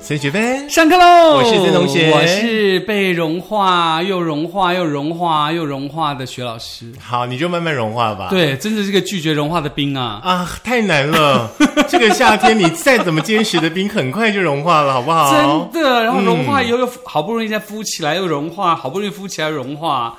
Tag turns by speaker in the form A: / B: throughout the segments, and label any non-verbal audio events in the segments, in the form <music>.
A: 所以学分
B: 上课喽！
A: 我是曾同学
B: 我是被融化又融化又融化又融化的学老师。
A: 好，你就慢慢融化吧。
B: 对，真的是个拒绝融化的冰啊！
A: 啊，太难
B: <laughs>
A: 了！这个夏天你再怎么坚实的冰，很快就融化了，好不好？
B: 真的，然后融化以后又好不容易再敷起来又融化，好不容易敷起来融化，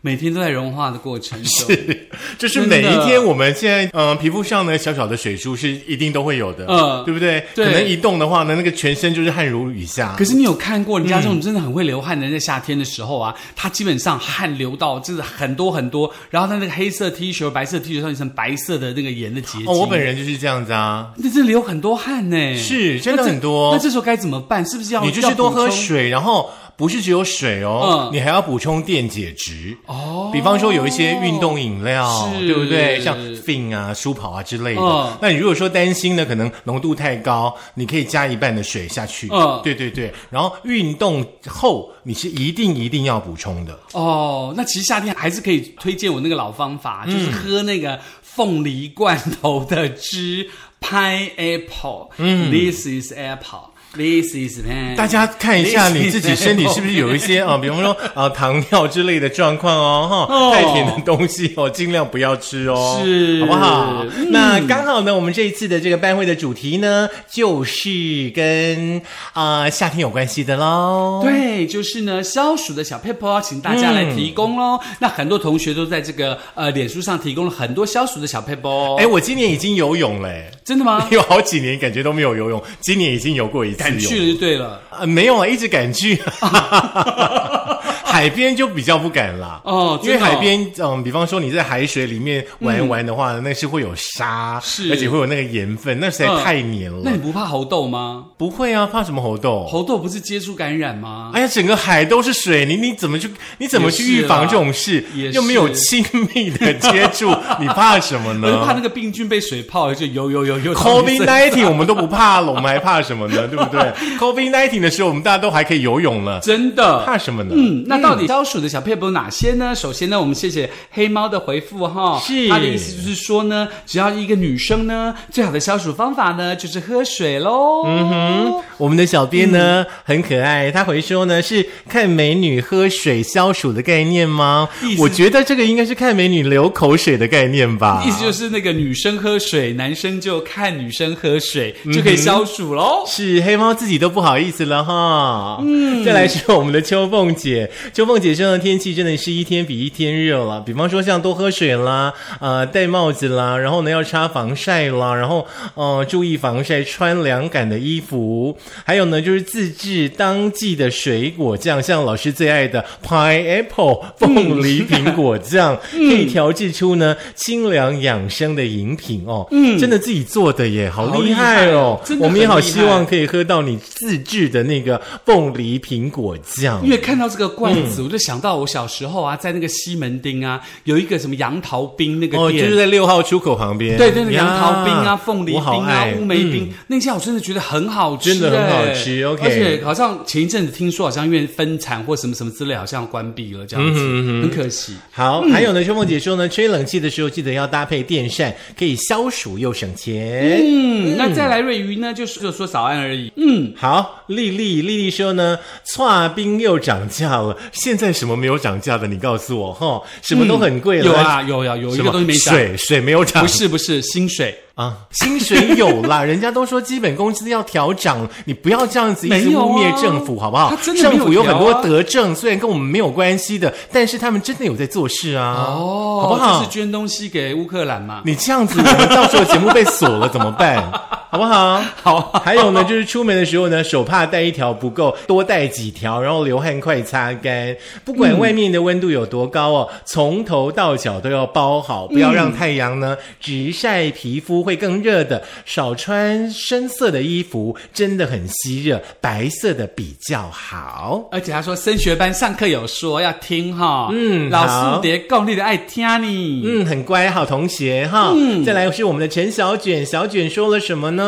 B: 每天都在融化的过程中。
A: 是，就是每一天我们现在嗯、呃皮肤上呢小小的水珠是一定都会有的，
B: 嗯
A: 对不对？
B: 对
A: 可能一动的话呢，那个全身就是汗如雨下。
B: 可是你有看过人家这种真的很会流汗的人，在夏天的时候啊，他基本上汗流到就是很多很多，然后他那个黑色 T 恤、白色 T 恤上有一层白色的那个盐的结晶。
A: 哦，我本人就是这样子啊。
B: 那真的流很多汗呢、
A: 是真的
B: 那这
A: 很多
B: 那这时候该怎么办？是不是要
A: 你就是多喝？
B: 要补充
A: 水，然后不是只有水哦，
B: 嗯
A: 你还要补充电解质
B: 哦
A: 比方说有一些运动饮料，
B: 是
A: 对不对？像 Fin 啊、舒跑啊之类的。
B: 嗯
A: 那你如果说担心呢，可能浓度太高，你可以加一半的水下去。
B: 嗯
A: 对对对。然后运动后你是一定一定要补充的。
B: 哦，那其实夏天还是可以推荐我那个老方法，
A: 嗯
B: 就是喝那个凤梨罐头的汁 pineapple。嗯，This is apple. This is man.
A: <laughs> 大家看一下你自己身体是不是有一
B: <laughs>
A: 些啊，比方说啊糖尿之类的状况哦，哈，
B: 哦
A: 太甜的东西哦，尽量不要吃哦，
B: 是
A: 好
B: 嗯
A: 不好？那刚好呢，我们这一次的这个班会的主题呢，就是跟啊、夏天有关系的喽。。
B: 对，就是呢，消暑的小 paper，请大家
A: 嗯
B: 来提供喽。那很多同学都在这个呃脸书上提供了很多消暑的小 paper。哦
A: 哎，我哎今年已经游泳嘞，
B: 真的吗？
A: <laughs> 有好几年感觉都没有游泳，今年已经游过一次
B: 敢
A: 泳
B: 去了就对了。
A: 啊，没有啊，一直敢
B: <laughs>
A: 去，海边就比较不敢啦。
B: 哦
A: 因为
B: 真的哦
A: 海边，嗯，比方说你在海水里面玩一玩的话，那是会有沙，
B: 是
A: 而且会有那个盐分，那实在
B: 嗯
A: 太黏了。
B: 那你不怕猴痘吗？
A: 不会啊，怕什么猴痘？
B: 猴痘不是接触感染吗？
A: 哎呀，整个海都是水，你你怎么去你怎么去
B: 也是
A: 预防
B: 啦
A: 这种事？
B: 也
A: 又没有
B: 是
A: 亲密的接
B: <laughs>
A: 触，你怕什么
B: 我就怕那
A: 呢
B: 个病菌被水泡了，就有有有
A: <laughs>
B: 有。
A: ？COVID
B: <laughs>
A: nineteen 我们都不怕了，我们还怕什么呢？对不对？COVID nineteen 的时候，我们大家都还可以游泳了，
B: <laughs> 真的
A: 怕什么呢？
B: 嗯，那到底消暑的小 p a 有哪些呢？首先呢，我们谢谢黑猫的回复哈，
A: 是
B: 他的意思就是说呢，只要一个女生呢，最好的消暑方法呢就是喝水喽。嗯哼，
A: 我们的小编
B: 嗯
A: 呢、很可爱，他回说呢是看美女喝水消暑的概念吗
B: 意？思
A: 我觉得这个应该是看美女流口水的概念吧。
B: 意思就是那个女生喝水，男生就看女生喝水、就可以消暑喽。
A: 是黑猫自己都不好意思了哈。嗯，再来是我们的秋凤姐，秋凤姐说呢，天气真的是一天比一天热了。比方说像多喝水啦，呃，戴帽子啦，然后呢要擦防晒啦，然后呃注意防晒，穿凉感的衣服，还有呢就是自制当季的水果酱，像老师最爱的 pineapple
B: 嗯
A: 凤梨苹果
B: <laughs>
A: 酱，可以调制出呢清凉养生的饮品哦。嗯，真的自己做的耶，好
B: 好
A: 厉
B: 厉
A: 害
B: 害
A: 哦
B: 哦！真的
A: 我们也
B: 很
A: 好
B: 厉
A: 希
B: 害
A: 望可以喝到你自制的那个凤梨苹果酱
B: 因。为看到这个罐子，我就想到我小时候啊，在那个西门町啊，有一个什么杨桃冰那个
A: 哦，就
B: 店，
A: 是在六号出口旁边。
B: 对对对，
A: 呀
B: 杨桃冰啊，凤梨
A: 我好
B: 冰啊
A: 爱，
B: 乌梅
A: 嗯
B: 冰，那家我真的觉得很好吃欸，
A: 真的很好吃，OK
B: 而且好像前一阵子听说，好像因为分产或什么什么之类，好像关闭了这
A: 嗯
B: 样子，很可惜。
A: 好，还有呢，秋凤姐说呢，吹冷气的时候记得要搭配电扇，可以消暑又省钱。
B: 嗯，那再来瑞鱼呢，就是就说早安而已。嗯，
A: 好，丽丽，丽丽说呢，搓冰又涨价了。现在什么没有涨价的？你告诉我哈，什么都很贵了。
B: 有啊，有呀、有一
A: 什
B: 个
A: 么
B: 东西没涨，
A: 水啊水没有涨
B: 不，是不是薪水。
A: 啊，薪水有啦， <laughs> 人家都说基本工资要调涨，你不要这样子一直
B: 没有啊
A: 污蔑政府，好不好？
B: 他真的没有
A: 政府有很
B: 调
A: 多
B: 啊
A: 德政，虽然跟我们没有关系的，但是他们真的有在做事啊，
B: 哦，
A: 好不好？
B: 就是捐东西给乌克兰嘛。
A: 你这样子，我们到时候节目被锁了怎么办？
B: <laughs>
A: 好不好？
B: 好啊
A: 还有呢，就是出门的时候呢，手帕带一条不够，多带几条，然后流汗快擦干。不管外面的温度有多高哦，从头到脚都要包
B: 嗯
A: 好，不要让太阳呢直晒皮肤，会更热的。少穿深色的衣服，真的很吸热，白色的比较好。
B: 而且他说升学班上课有说要听哈，
A: 嗯
B: 老
A: 好
B: 师别讲你的爱听你，
A: 嗯，很乖，好同学哈。再来是我们的陈小卷，小卷说了什么呢？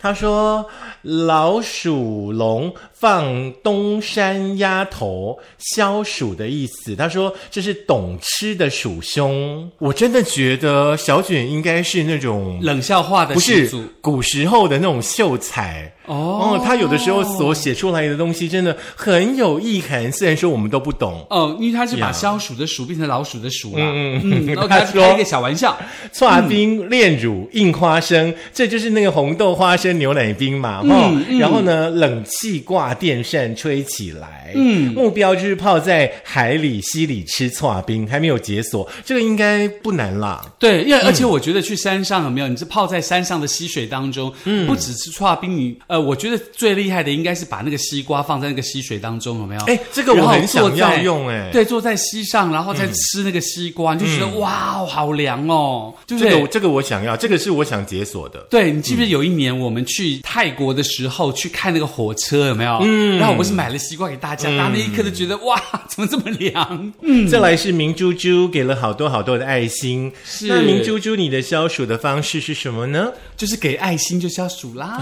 A: 他说老鼠笼放东山鸭头，消暑的意思。他说这是懂吃的鼠兄。我真的觉得小卷应该是那种
B: 冷笑话的
A: 不
B: 始
A: 是
B: 祖
A: 古时候的那种秀才
B: 哦
A: 他有的时候所写出来的东西真的很有意涵，虽然说我们都不懂。
B: 哦，因为他是把
A: 呀
B: 消暑的暑变成老鼠的鼠啦。嗯
A: 嗯 <laughs>
B: 嗯，OK，
A: 他
B: 他
A: 说
B: 开一个小玩笑。
A: 刨冰、炼乳、硬花生，这就是那个红豆花生牛奶冰嘛，
B: 嗯
A: 哈、然后呢，冷气挂电扇吹起来，嗯，目标就是泡在海里、溪里吃刨冰，还没有解锁，这个应该不难啦。
B: 对，因为而且我觉得去山上有没有，你是泡在山上的溪水当中，嗯，不只是刨冰，你呃，我觉得最厉害的应该是把那个西瓜放在那个溪水当中，有没有？
A: 哎这个我
B: 然后
A: 很想
B: 坐在
A: 要用哎嗯
B: 对，坐在溪上，然后再吃那个西瓜，你就觉得哇，好凉哦，对不
A: 这
B: 对？
A: 个我这个我想要，这个是我想解锁的。
B: 对你记不记得有一年我们去泰国的时候去看那个火车有没有？嗯，然后我不是买了西瓜给大
A: 嗯
B: 家，大家那一刻都觉得哇，怎么这么凉？
A: 再来是明珠珠给了好多好多的爱心，
B: 是
A: 那明珠珠你的消暑的方式是什么呢？
B: 就是给爱心就是要
A: <laughs>
B: 数啦，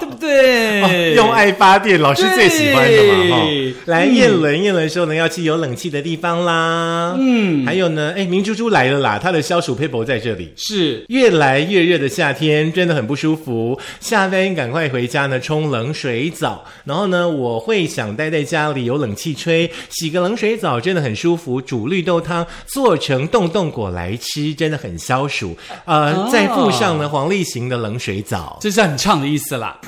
B: 对不 <laughs> 对？
A: 哦 <laughs> 用爱发电，老师最喜欢的嘛哈、
B: 对
A: 哦。来燕伦，燕伦说呢要去有冷气的地方啦。嗯，还有呢，哎，明珠珠来了啦，她的消暑 paper 在这里。
B: 是
A: 越来越热的夏天真的很不舒服，下班赶快回家呢冲冷水澡，然后呢我会想待在家里有冷气吹，洗个冷水澡真的很舒服，煮绿豆汤做成冻冻果来吃真的很消暑。呃，
B: 哦
A: 再附上呢黄立行的冷水澡。
B: 这是很唱的意思
A: <laughs>
B: 啦。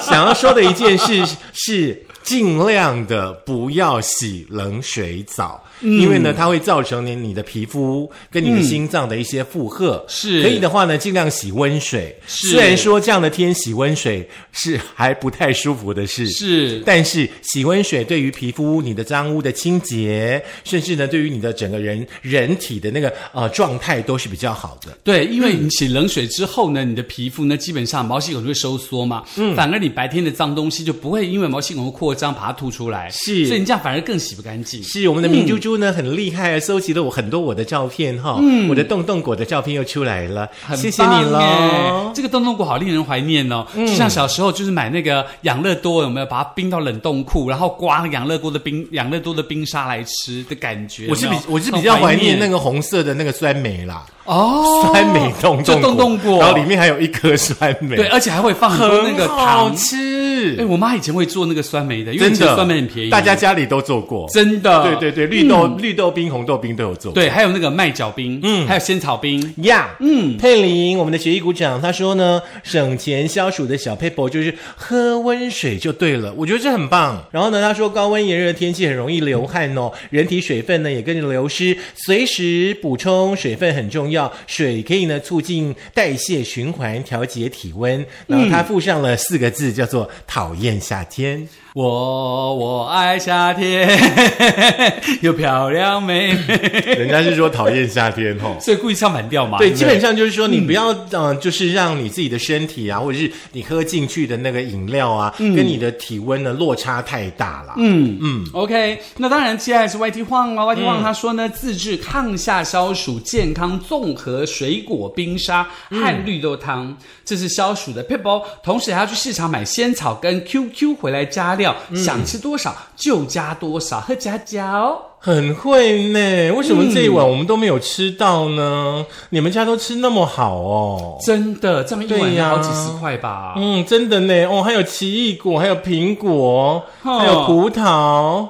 A: 想要说的一件事 <laughs> 是，尽量的不要洗冷水澡，
B: 嗯
A: 因为呢，它会造成你你的皮肤跟你的心脏的一些负荷。
B: 是
A: 可以的话呢，尽量洗温水。
B: 是
A: 虽然说这样的天洗温水是还不太舒服的事，
B: 是
A: 但是洗温水对于皮肤、你的脏污的清洁，甚至呢，对于你的整个人人体的那个呃状态都是比较好的。
B: 对，因为你洗冷水之后呢，你的皮肤呢基本上毛细孔就会收缩嘛，嗯，反而你白天的脏东西就不会因为毛细孔的扩张把它吐出来，
A: 是
B: 所以你这样反而更洗不干净。
A: 是我们的明珠珠呢，很厉害，搜集了我很多我的照片哈、我的洞洞果的照片又出来了，
B: 嗯很
A: 谢谢你嗯
B: 棒
A: 喽
B: 哎。这个冻冻果好令人怀念哦，就像小时候就是买那个养乐多有没有，把它冰到冷冻库，然后刮那个养乐多的冰养乐多的冰沙来吃的感觉。
A: 我是比
B: 有没有
A: 我是比较怀念那
B: 个
A: 个红色的那个酸梅啦，
B: 哦，
A: 酸梅冻
B: 就
A: 冻
B: 冻冻果，
A: 然后里面还有一颗酸梅，
B: 对，，而且还会放很多那个
A: 很好
B: 糖。
A: 吃，
B: 哎，我妈以前会做那个酸梅的，因为以
A: 真
B: 前
A: 的
B: 酸梅很便宜，
A: 大家家里都做过，
B: 真的
A: 对对对，绿豆、绿豆冰、红豆冰都有做过。
B: 对，还有那个麦角冰，嗯，还有仙草冰，
A: 呀嗯，佩林，我们的学艺鼓掌，他说呢，省钱消暑的小 paper 就是喝温水就对了，我觉得这很棒。然后呢，他说高温炎热的天气很容易流汗哦，人体水分呢也跟着流失，随时补充水分很重要，水可以呢促进代谢循环，调节体温。然后他附上了四个字，叫做讨厌夏天。
B: 我我爱夏天， <laughs> 有漂亮妹妹，
A: <laughs> 人家是说讨厌夏天哦。
B: <laughs> 所以故意唱反调嘛，
A: 对，
B: 不
A: 基本上就是说，你不要嗯、呃就是让你自己的身体啊，或者是你喝进去的那个饮料啊，跟你的体温呢落差太大了。嗯，
B: 嗯，OK，那当然，接下来是 YT 晃了。YT 晃他说呢，自制抗夏消暑健康综合水果冰沙
A: 嗯
B: 和绿豆汤，这是消暑的 p e p l 同时还要去市场买仙草跟 QQ 回来加料，
A: 嗯
B: 想吃多少就加多少，喝加加哦。
A: 很会呢。为什么这一
B: 嗯
A: 碗我们都没有吃到呢？你们家都吃那么好哦。
B: 真的，这样一碗
A: 对呀
B: 要好几十块吧？
A: 嗯，真的呢。哦，还有奇异果，还有苹果，
B: 哦
A: 还有葡萄，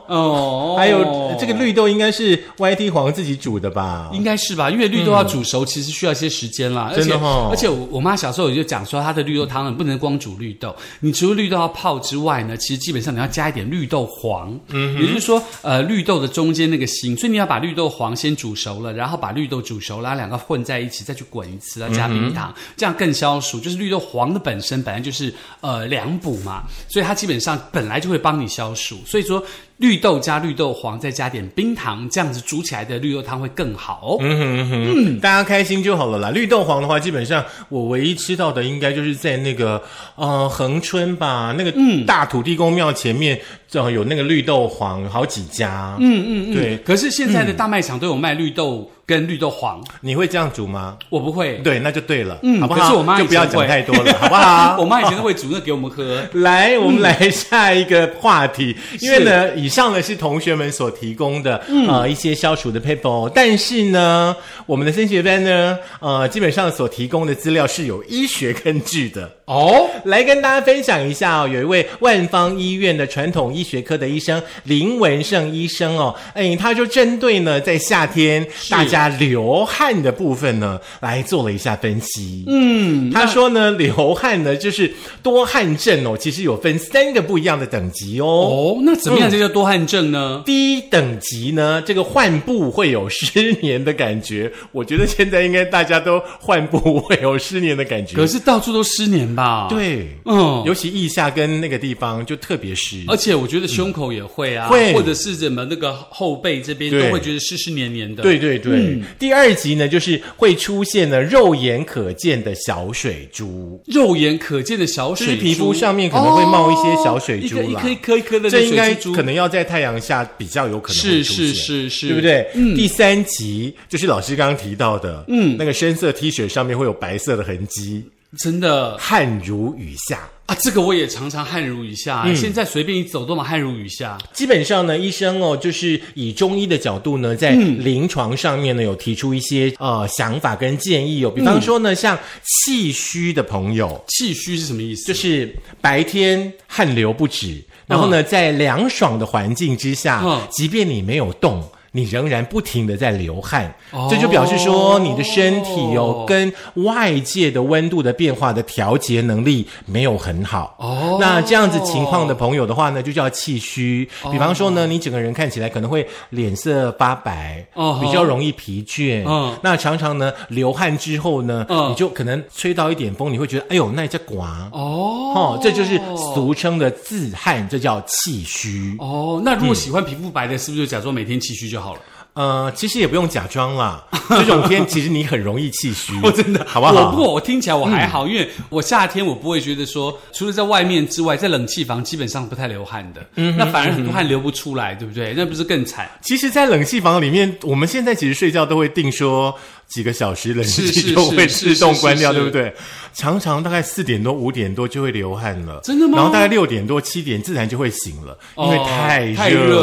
B: 哦，
A: 还有这个。绿豆，应该是 YT 黄自己煮的吧？
B: 应该是吧，因为绿豆要煮
A: 嗯
B: 熟，其实需要一些时间啦。
A: 真的哦
B: 而且，而且我我妈小时候也就讲说，她的绿豆汤你不能光煮绿豆，你除了绿豆要泡之外呢，其实基本上你要加一点绿豆黄，嗯，也就是说，呃，绿豆的中间那个心，所以你要把绿豆黄先煮熟了，然后把绿豆煮熟了，然后两个混在一起，再去滚一次，再
A: 嗯
B: 加冰糖，这样更消暑。就是绿豆黄的本身本来就是呃凉补嘛，所以它基本上本来就会帮你消暑，所以说。绿豆加绿豆黄，再加点冰糖，这样子煮起来的绿豆汤会更好哦。
A: 嗯，大家开心就好了啦。绿豆黄的话，基本上我唯一吃到的应该就是在那个呃恒春吧，那个
B: 嗯
A: 大土地公庙前面，呃、有那个绿豆黄，有好几家。嗯嗯嗯，对。
B: 可是现在的大卖场都有卖绿豆跟绿豆黄，
A: 你会这样煮吗？
B: 我不会。
A: 对，那就对了，
B: 嗯
A: 好不
B: 可
A: 好？
B: 是我妈以
A: 就
B: 前
A: 不要讲
B: 会
A: 太多
B: <laughs>
A: 了，好不好？
B: 我嗯妈以前都会煮那给我们喝。
A: 来，我们来下一个话题，因为呢，以上呢是同学们所提供的、
B: 嗯
A: 呃一些消暑的 paper，但哦是呢，我们的升学班呢，呃，基本上所提供的资料是有医学根据的。
B: 哦，
A: 来跟大家分享一下哦，有一位万方医院的传统医学科的医生林文胜医生哦，哎，他就针对呢在夏天大家流汗的部分呢，来做了一下分析。嗯，他说呢，流汗呢就是多汗症哦，其实有分三个不一样的等级哦。
B: 哦，那怎么样这叫多汗症呢？
A: 第一等级呢，这个患部会有失眠的感觉，我觉得现在应该大家都患部会有失眠的感觉。
B: 可是到处都失眠吧？，
A: 对，
B: 嗯，
A: 尤其腋下跟那个地方就特别湿。
B: 而且我觉得胸口也会啊，
A: 嗯会
B: 或者是怎么那个后背这边
A: 对
B: 都会觉得湿湿黏黏的。，
A: 对对对，
B: 嗯
A: 第二集呢，就是会出现呢肉眼可见的小水珠，
B: 肉眼可见的小
A: 就是
B: 水珠，
A: 皮肤上面可能会冒一些小水珠
B: 哦一
A: 啦
B: 颗。一颗一颗一颗的
A: 这
B: 那
A: 应该
B: 水珠珠
A: 可能要在太阳下比较有可能会
B: 是
A: 出
B: 是
A: 现
B: 是嗯是，
A: 对不？对？第三集就是老师刚刚提到的，嗯，那个深色 T 恤上面会有白色的痕迹，
B: 真的
A: 汗如雨下。
B: 啊，这个我也常常汗如雨下，
A: 嗯
B: 现在随便一走都嘛汗如雨下。
A: 基本上呢，医生哦，就是以中医的角度呢，在临床上面呢，有提出一些呃想法跟建议哦。比方说呢，像气虚的朋友，
B: 气虚是什么意思？
A: 就是白天汗流不止，然后呢，在凉爽的环境之下
B: 嗯，
A: 即便你没有动。你仍然不停的在流汗，
B: 哦
A: 这就表示说你的身体哦跟外界的温度的变化的调节能力没有很好。
B: 哦
A: 那这样子情况的朋友的话呢，就叫气虚。
B: 哦
A: 比方说呢，你整个人看起来可能会脸色发白，
B: 哦
A: 比较容易疲倦。
B: 嗯
A: 那常常呢流汗之后呢，
B: 嗯
A: 你就可能吹到一点风，你会觉得哎呦那一只刮。
B: 哦
A: 哦，这就是俗称的自汗，这叫气虚。
B: 哦，那如果喜欢皮肤白的，是不是就假装每天气虚就好了？
A: 呃，其实也不用假装
B: <laughs>
A: 啦，这种天其实你很容易气虚，
B: 哦，真的，
A: 好不好？
B: <laughs> 我不，我听起来我还好，因为我夏天我不会觉得说，除了在外面之外，在冷气房基本上不太流汗的，那反而很多汗流不出来，对不对？那不是更惨？
A: 其实，在冷气房里面，我们现在其实睡觉都会定说几个小时冷
B: 是
A: 气
B: 是
A: 就会
B: 是是
A: 自动关掉，
B: 是
A: 对
B: 是
A: 不对？常常大概四点多、五点多就会流汗了，
B: 真的吗
A: 然后大概六点多、七点自然就会醒了，因为
B: 哦
A: 太
B: 太
A: 热
B: 热。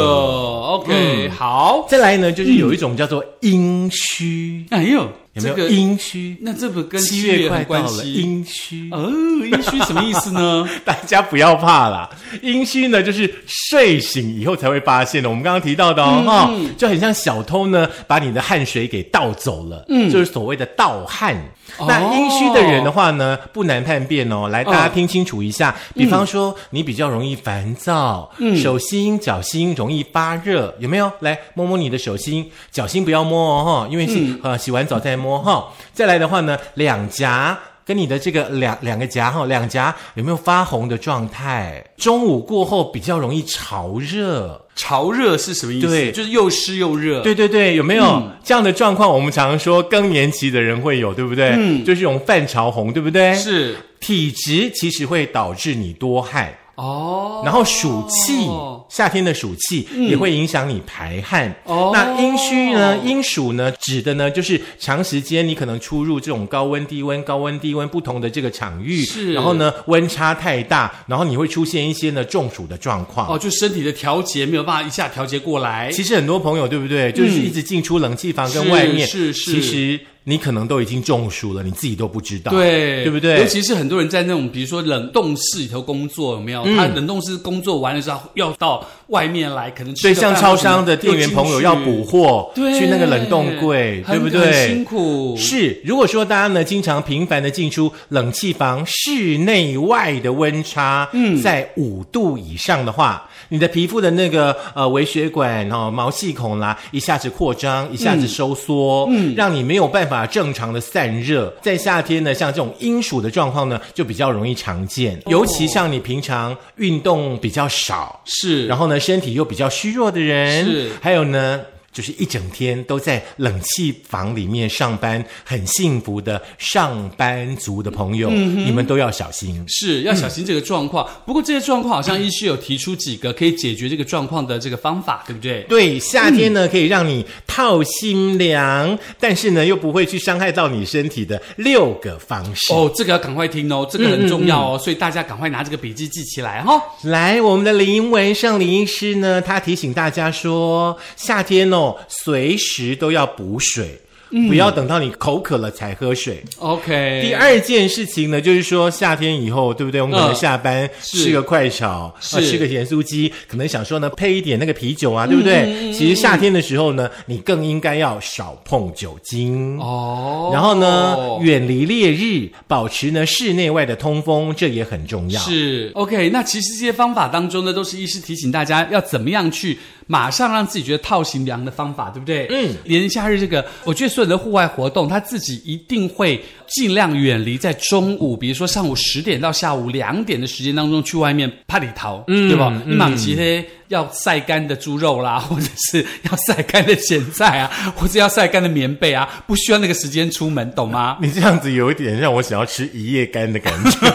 B: ，OK，好，嗯
A: 再来呢，就是有一种叫做阴虚，
B: 哎呦，
A: 有没
B: 这
A: 有
B: 个
A: 阴虚？
B: 那这不跟
A: 七
B: 七
A: 月
B: 月
A: 快
B: 很
A: 到
B: 关
A: 了，
B: 系？
A: 阴虚。
B: 哦，阴虚什么意思呢？
A: <laughs> 大家不要怕啦，阴虚呢就是睡醒以后才会发现的。我们刚刚提到的哦，哈、就很像小偷呢把你的汗水给盗走了，嗯，就是所谓的盗汗。
B: 哦
A: 那阴虚的人的话呢，不难判辨哦。来，大家听清楚一下，比方说你比较容易烦躁，手心、脚心容易发热，有没有？来摸摸你的手心、脚心，不要摸哦，哈，因为是、呃洗完澡再摸哈、再来的话呢，两颊。跟你的这个两两个颊哈，两颊有没有发红的状态？中午过后比较容易潮热，
B: <laughs> 潮热是什么意
A: 对
B: 思？就是又湿又热。
A: 对对对，有没有、这样的状况？我们常说更年期的人会有，对不对？嗯，就是一种泛潮红，对不对？
B: 是
A: 体质其实会导致你多汗，
B: 哦，
A: 然后暑气
B: 哦，
A: 夏天的暑气也会影响你排汗。
B: 哦
A: 那阴虚呢？阴暑呢，指的呢就是长时间你可能出入这种高温、低温、高温、低温不同的这个场域，
B: 是
A: 然后呢温差太大，然后你会出现一些呢中暑的状况。
B: 哦，就身体的调节没有办法一下调节过来。
A: 其实很多朋友对不对，就是一直进出冷气房跟外面，
B: 是是
A: 其
B: 是
A: 实你可能都已经中暑了，你自己都不知道，
B: 对，
A: 对不对？
B: 尤其是很多人在那种比如说冷冻室里头工作，有
A: 嗯
B: 没有？他冷冻室工作完了之后要到外面来，可能吃
A: 所以
B: 个
A: 像
B: 饭
A: 超
B: 或什么
A: 商的店员朋友要补，货，
B: 又进
A: 去那个冷冻柜，对
B: 很
A: 不
B: 很辛
A: 对？
B: 苦。
A: 是，如果说大家呢经常频繁的进出冷气房，室内外的温差嗯在五度以上的话，你的皮肤的那个呃微血管哦毛细孔啦，一下子扩张，一下子收缩，嗯，让你没有办法正常的散热。在夏天呢，像这种阴暑的状况呢，就比较容易常见，
B: 哦
A: 尤其像你平常运动比较少，
B: 是，
A: 然后呢，身体又比较虚弱的人，
B: 是
A: 还有呢。就是一整天都在冷气房里面上班，很幸福的上班族的朋友，
B: 嗯
A: 你们都要小心。
B: 是要小心这个状况。不过这些状况好像医师有提出几个可以解决这个状况的这个方法，对不对？
A: 对，夏天呢、可以让你套心凉，但是呢又不会去伤害到你身体的六个方式。
B: 哦，这个要赶快听哦，这个
A: 嗯
B: 很重要哦，所以大家赶快拿这个笔记记起来哈、哦。
A: 来，我们的林文胜林医师呢，他提醒大家说，夏天哦，随时都要补水，
B: 嗯
A: 不要等到你口渴了才喝水。
B: OK，
A: 第二件事情呢，就是说夏天以后，对不对？我们可能
B: 嗯
A: 下班
B: 是
A: 吃个快炒，
B: 是
A: 啊吃个盐酥鸡，可能想说呢，配一点那个啤酒啊，对不
B: 嗯
A: 对？其实夏天的时候呢，你更应该要少碰酒精。
B: 哦，
A: 然后呢，远离烈日，保持呢室内外的通风，这也很重要。
B: 是 OK，那其实这些方法当中呢，都是医师提醒大家要怎么样去马上让自己觉得套型凉的方法，对不对？嗯，炎夏日这个，我觉得所有的户外活动，他自己一定会尽量远离在中午，比如说上午十点到下午两点的时间当中去外面趴里逃，嗯、对吧？你忙其黑。要晒干的猪肉啦， <laughs> 或者是要晒干的咸菜啊，或者要晒干的棉被啊，不需要那个时间出门，懂吗？
A: 你这样子有一点让我想要吃一夜干的感觉。
B: <laughs>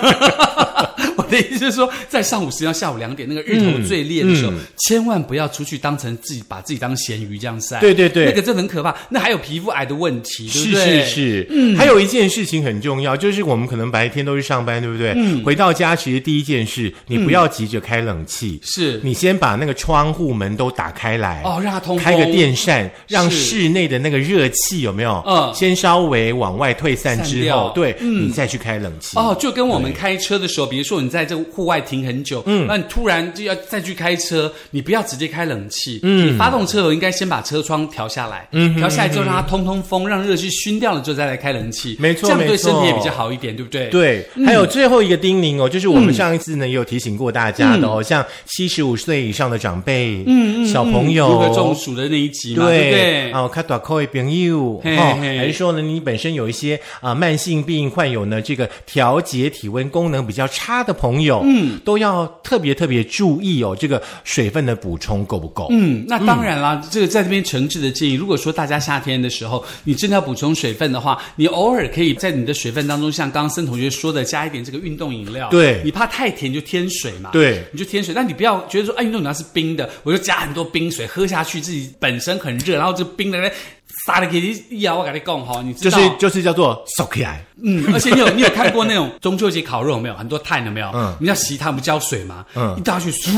B: 我的意思是说，在上午时间到下午两点，那个日头
A: 嗯
B: 最烈的时候，千万不要出去当成自己把自己当咸鱼这样晒。
A: 对对对
B: 那个真的很可怕。那还有皮肤癌的问题， <laughs> 对不嗯对？
A: 是是是，还有一件事情很重要，就是我们可能白天都是上班，对不对？回到家，其实第一件事，你不要急着开冷气，
B: 是
A: 你先把那个窗户门都打开来，
B: 哦让它通风
A: 开个电扇，让
B: 是
A: 室内的那个热气有没有？
B: 嗯
A: 先稍微往外退散
B: 散
A: 之
B: 掉嗯
A: 后，对，你再去开冷气。
B: 哦，就跟我们开车的时候，比如说你在这个户外停很久，嗯，那你突然就要再去开车，你不要直接开冷气，嗯，你发动车头应该先把车窗调下来，嗯，调下来之后让它通通风，让热气熏掉了之后再来开冷气，
A: 没错
B: 这样对
A: 没错
B: 身体也比较好一点，对不对？，
A: 对，还有最后一个叮咛哦，就是
B: 嗯
A: 我们上一次呢也有提醒过大家的哦，像七十五岁以上的长辈，嗯小朋友
B: 如何中暑的那一集嘛，对不对？
A: 哦，看短扣一朋友，
B: 嘿
A: 哦，
B: 嘿
A: 还是说呢，你本身有一些啊、慢性病患有呢这个调节体温功能比较差的朋友，嗯，都要特别特别注意哦，这个水分的补充够不够？
B: 嗯，那当然啦，这个在这边诚挚的建议，如果说大家夏天的时候你真的要补充水分的话，你偶尔可以在你的水分当中，像刚刚森同学说的，加一点这个运动饮料。
A: 对
B: 你怕太甜就添水嘛。
A: 对
B: 你就添水，但你不要觉得说，哎，运动饮料是冰的，我就加很多冰水喝下去，自己本身很热，然后这冰的嘞。撒的给你咬，我跟你讲哈，你知
A: 就
B: 道
A: 是就是叫做 soak 起来，
B: 嗯，
A: <laughs>
B: 而且你有你有看过那种中秋节烤肉有没有？很多炭有没有？
A: 嗯
B: 嗯，你要洗炭不浇水吗？
A: 嗯
B: 嗯，一倒下去，嗖，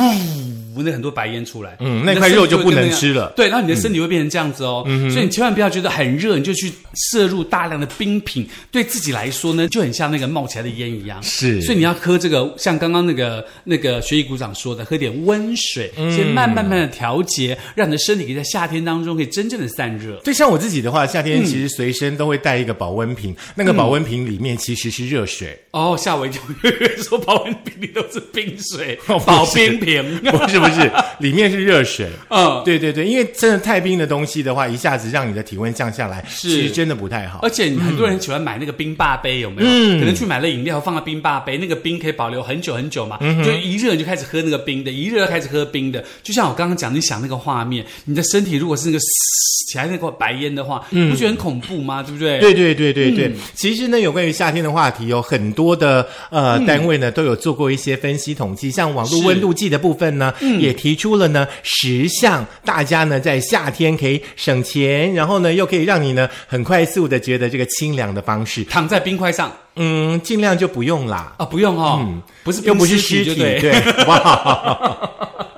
B: 那很多白烟出来。
A: 嗯
B: 你的
A: 那块肉
B: 身体
A: 就不能
B: 会那样
A: 吃了嗯
B: 对，然后你的身体会变成这样子哦。所以你千万不要觉得很热，你就去摄入大量的冰品，对自己来说呢，就很像那个冒起来的烟一样。
A: 是
B: 所以你要喝这个，像刚刚那个那个学艺股长说的，喝点温水，
A: 嗯
B: 先慢慢慢的调节，让你的身体可以在夏天当中可以真正的散热。
A: 对，像我自己的话，夏
B: 嗯
A: 天其实随身都会带一个保温瓶，那个保温瓶里面其实是热水， <laughs>
B: 哦，吓我一跳！我以为说保温瓶里都是冰水，
A: <laughs> 哦不是
B: 保冰瓶。
A: 不是不
B: <laughs>
A: 是，里面是热水。
B: 嗯，
A: 对对对，因为真的太冰的东西的话，一下子让你的体温降下来，
B: 是
A: 其实真的不太好
B: 而。且很多人喜欢买那个冰霸杯，有没有？可能去买了饮料，放了冰霸杯，那个冰可以保留很久很久嘛。
A: 嗯
B: 就一热你就开始喝那个冰的，一热就开始喝冰的。就像我刚刚讲，你想那个画面，你的身体如果是那个嘶起来那个白烟的话，不觉得很恐怖吗？对不对？
A: 嗯对对对对
B: 嗯
A: 对，其实呢，有关于夏天的话题，有很多的
B: 嗯
A: 呃单位呢都有做过一些分析统计，像网络
B: 是
A: 温度计的部分呢，
B: 嗯
A: 也提出了呢十项大家呢在夏天可以省钱，然后呢又可以让你呢很快速的觉得这个清凉的方式，
B: 躺在冰块上
A: 嗯，尽量就不用啦，
B: 啊，不用哦，不是
A: 嗯又
B: 冰
A: 不是
B: 尸
A: 尸体，
B: 体就对。
A: 对，好不好？ <laughs>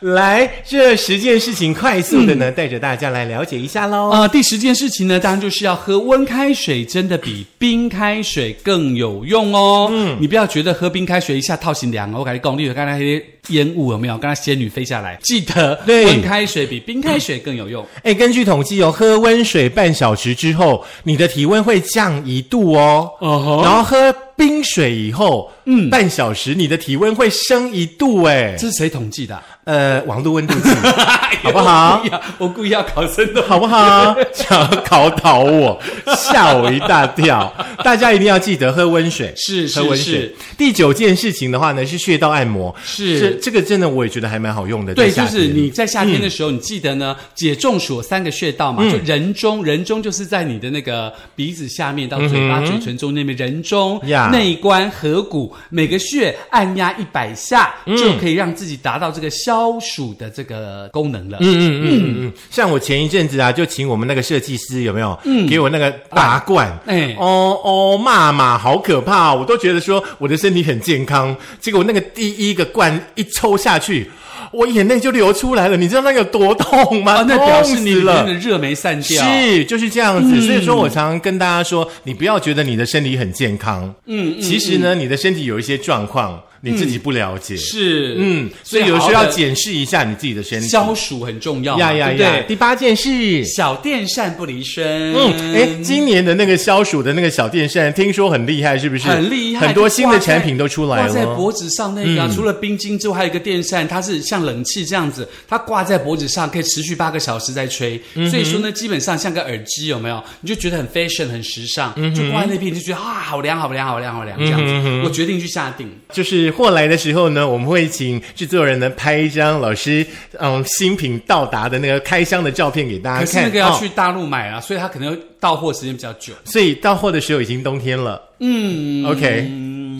A: 来，这十件事情快速的
B: 嗯
A: 呢，带着大家来了解一下喽。
B: 啊、第十件事情呢，当然就是要喝温开水，真的比冰开水更有用哦。嗯，你不要觉得喝冰开水一下套心凉哦，我感觉讲，例如刚才那些烟雾有没有？刚才仙女飞下来，记得
A: 对
B: 温开水比冰开水更有用。
A: 哎，根据统计哦，喝温水半小时之后，你的体温会降一度哦。
B: 哦吼
A: 然后喝冰水以后，嗯，半小时你的体温会升一度，哎，
B: 这是谁统计的啊、
A: 呃，网络温度计，哎好不
B: 我
A: 好
B: 故意要？ <laughs> 我故意要考生的。
A: 好不好？想要考倒我，吓我一大跳。大家一定要记得喝温水，
B: 是是
A: 喝温水
B: 是。
A: 第九件事情的话呢，是穴道按摩，
B: 是
A: 这这个真的我也觉得还蛮好用的。
B: 对，
A: 在
B: 就
A: 夏天嗯
B: 是你在夏天的时候，你记得呢，解中暑有三个穴道嘛，就人中，人中就是在你的那个鼻子下面到嘴巴、嘴唇中间那边，人中、
A: 嗯呀
B: 内关、合谷，每个穴按压一百下，
A: 嗯
B: 就可以让自己达到这个消暑的这个功能了。嗯，
A: 嗯嗯嗯，像我前一阵子啊，就请我们那个设计师有没有？嗯，给我那个拔罐，哎
B: 哎，
A: 哦哦，骂骂，好可怕、哦！我都觉得说我的身体很健康，结果那个第一个罐一抽下去，我眼泪就流出来了。你知道那个有多痛吗？
B: 啊，那表示
A: 痛死
B: 你里面的
A: 了。
B: 热没散掉。
A: 是，就是这样子。所以说我常常跟大家说，你不要觉得你的身体很健康，嗯，其实呢，你的身体有一些状况，你自己不了解，
B: 是，
A: 嗯，所以有时候要检视一下你自己的身体。
B: 消暑很重要
A: 呀
B: 嘛，
A: 呀
B: 对不
A: 呀！
B: 对？
A: 第八件事，
B: 小电扇不离身。
A: 嗯，哎，今年的那个消暑的那个小电扇，听说很厉害，是不是？
B: 很厉害，
A: 很多新的产品都出来
B: 挂在
A: 了。嗯
B: 脖子上那个啊、除了冰晶之外，还有一个电扇，它是像冷气这样子，它挂在脖子上可以持续八个小时在吹。
A: 嗯
B: 所以说呢，基本上像个耳机，有没有？你就觉得很 fashion，很时尚，
A: 嗯
B: 就挂在那边，你就觉得啊，好凉，好凉，好凉，好凉这样子。我决定去下定。
A: 就是货来的时候呢，我们会请制作人呢拍一张老师嗯新品到达的那个开箱的照片给大家
B: 可
A: 看。
B: 是那个要
A: 哦
B: 去大陆买啊，所以它可能到货时间比较久。
A: 所以到货的时候已经冬天了。嗯，OK，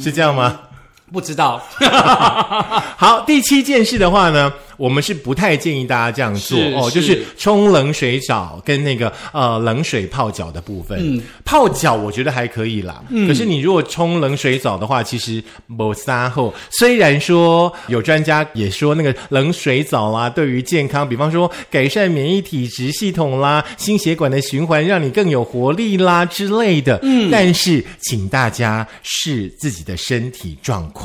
A: 是这样吗？
B: 不知道，
A: 好，第七件事的话呢，我们是不太建议大家这样做
B: 是
A: 哦，就
B: 是
A: 是冲冷水澡跟那个呃冷水泡脚的部分。泡脚我觉得还可以啦，可是你如果冲冷水澡的话，其实某撒后，虽然说有专家也说那个冷水澡啦、对于健康，比方说改善免疫体质系统啦、心血管的循环，让你更有活力啦之类的。嗯，但是请大家视自己的身体状况。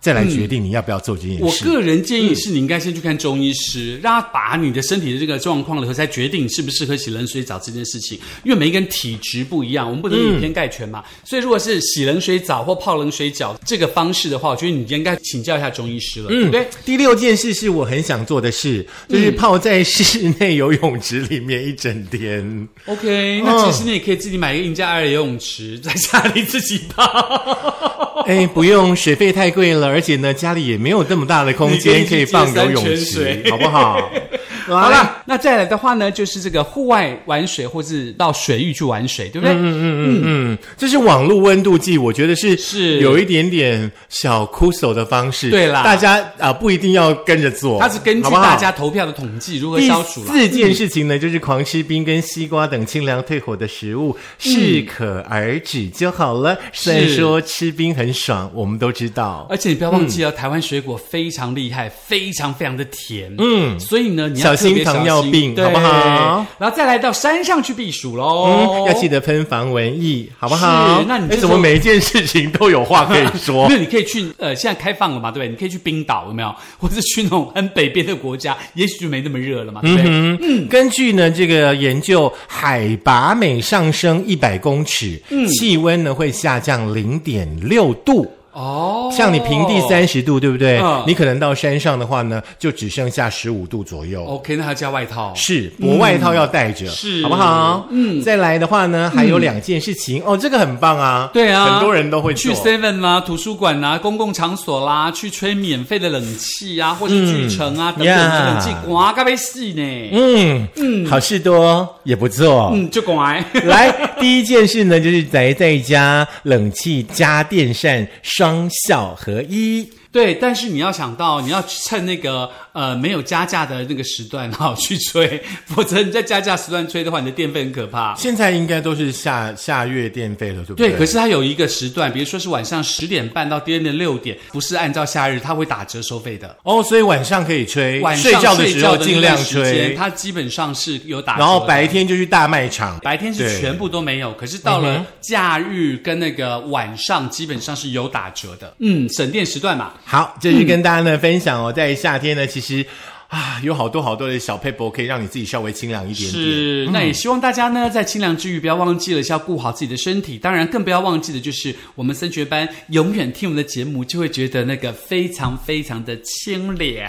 A: 再来决定你要不要做这件事。
B: 我个人建议是
A: 嗯
B: 你应该先去看中医师，让他把你的身体的这个状况了以后，再决定适不适合洗冷水澡这件事情。因为每一个人体质不一样，我们不能
A: 嗯
B: 以偏概全嘛。所以如果是洗冷水澡或泡冷水脚这个方式的话，我觉得你应该请教一下中医师了，
A: 嗯
B: 对不对？
A: <laughs> 第六件事是我很想做的事，就是泡在室内游泳池里面一整天。
B: OK，那
A: 嗯
B: 其实你也可以自己买一个赢家二游泳池，在家里自己
A: <laughs>
B: 泡。
A: 哎，不用，水费太贵了，而且呢，家里也没有那么大的空间
B: 你
A: 可
B: 可
A: 以
B: 以去
A: 放游
B: 借
A: 泳
B: 山泉
A: 池，
B: 水
A: 好不好？ <laughs>
B: 好
A: 好了，
B: 啦，那再来的话呢，就是这个户外玩水，或是到水域去玩水，对不对？
A: 嗯，这是网络温度计，我觉得是
B: 是
A: 有一点点小枯手的方式。
B: 对啦
A: 大家啊、不一定要跟着做，
B: 它是根据
A: 好不好
B: 大家投票的统计如何
A: 第
B: 消暑啦。
A: 四件事情呢，就是狂吃冰跟西瓜等清凉退火的食物，
B: 嗯
A: 适可而止就好了。虽然说吃冰很爽，我们都知道。
B: 而且你不要忘记哦，
A: 嗯
B: 台湾水果非常厉害，非常非常的甜。嗯，所以呢，你要
A: 小心
B: 特别小
A: 糖尿病
B: 对
A: 好不好？
B: 然后再来到山上去避暑喽、
A: 嗯，要记得喷防蚊液，好不好？
B: 哦是那你
A: 哎
B: 这
A: 怎么
B: 时候
A: 每一件事情都有话可以
B: <laughs>
A: 说
B: 没？有，你可以去呃，现在开放了嘛，对不对？你可以去冰岛，有没 <laughs> 有？或者去那种很北边的国家，也许就没那么热了嘛，对不对？
A: 嗯，根据呢这个研究，海拔每上升一百公尺，
B: 嗯
A: 气温呢会下降零点六度。
B: 哦，
A: 像你平地三十度，对不对？
B: 嗯
A: 你可能到山上的话呢，就只剩下十五度左右。
B: ，OK，那还要加外套。
A: 是，薄外套要带着，
B: 嗯是嗯
A: 好不好？嗯，再来的话呢，还有两件事情、哦，这个很棒啊，
B: 对啊，
A: 很多人都会
B: 去
A: 做。
B: Seven 啦、图书馆啦、公共场所啦，去吹免费的冷气啊，或是
A: 嗯
B: 巨城啊、等等，
A: 呀
B: 冷气刮咖啡细呢。
A: 嗯嗯，好事多也不错。
B: 嗯，就乖。
A: <laughs> 来，第一件事呢，就是宅在家，冷气加电扇，双效合一。
B: <laughs> 对，但是你要想到，你要趁那个呃没有加价的那个时段哈、去吹，否则你在加价时段吹的话，你的电费很可怕。
A: 现在应该都是下下月电费了，对不
B: 对，
A: 对
B: 可是它有一个时段，比如说是晚上十点半到第二天的六点，不是按照夏日，它会打折收费的。
A: 哦，所以晚上可以吹，
B: 晚上
A: 睡觉的时候
B: 睡觉
A: 尽量
B: 那段时间
A: 吹，
B: 它基本上是有打折的。
A: 然后白天就去大卖场。
B: 白天
A: 对嗯
B: 是全部都没有，可是到了假日跟那个晚上，基本上是有打折的。嗯，省电时段嘛。
A: 好，这是跟大家呢、分享哦，在夏天呢，其实。啊，有好多好多的小 paper 可以让你自己稍微清凉一点嗯点。
B: 是，那也希望大家呢，在清凉之余，不要忘记了是要顾好自己的身体，当然更不要忘记的就是我们升学班永远听我们的节目，就会觉得那个非常非常的清凉。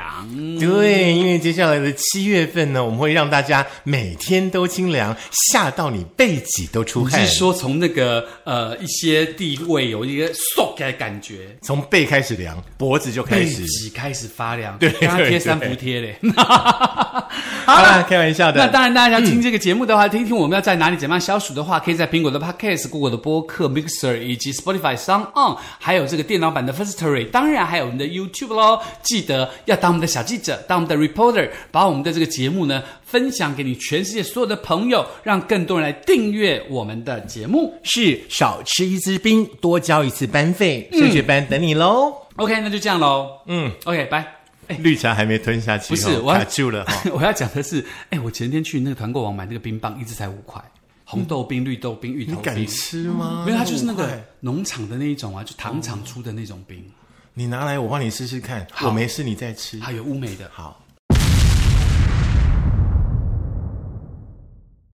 A: 对，因为接下来的七月份呢，我们会让大家每天都清凉，吓到你背脊都出
B: 我是
A: 汗，
B: 说从那个呃一些地位有一个嗖的感觉，
A: 从背开始凉，脖子就开
B: 背
A: 始。
B: 脊开始发凉，
A: 对
B: 刚刚
A: 对
B: 贴三
A: 对
B: 伏贴嘞。 <laughs>
A: 好啦，开玩笑的。
B: 那当然，大家听这个节目的话，听听我们要在哪里怎么样消暑的话，可以在苹果的 Podcast、Google 的播客、Mixer 以及 Spotify 上 on，还有这个电脑版的 Firstory，当然还有我们的 YouTube 喽。记得要当我们的小记者，当我们的 reporter，把我们的这个节目呢分享给你全世界所有的朋友，让更多人来订阅我们的节目。
A: 是少吃一支冰，多交一次班费，
B: 嗯
A: 升学班等你喽。
B: OK，那就这样喽。嗯，OK，拜。
A: 绿茶还没吞下去哦，
B: 不是我要
A: 卡住
B: <laughs>
A: 了哈。
B: 我要讲的是，哎，我前天去那个团购网买那个冰棒，一支才五块，红豆冰、绿豆冰、芋头
A: 你
B: 冰
A: 敢。吃啊吗？
B: 没有，它就是那
A: 五
B: 个
A: 块，
B: 农场的那一种啊，就糖厂出的那种冰，
A: 嗯你拿来我帮你试试看，
B: 好
A: 我没事你再吃。
B: 还有乌梅的。
A: 好，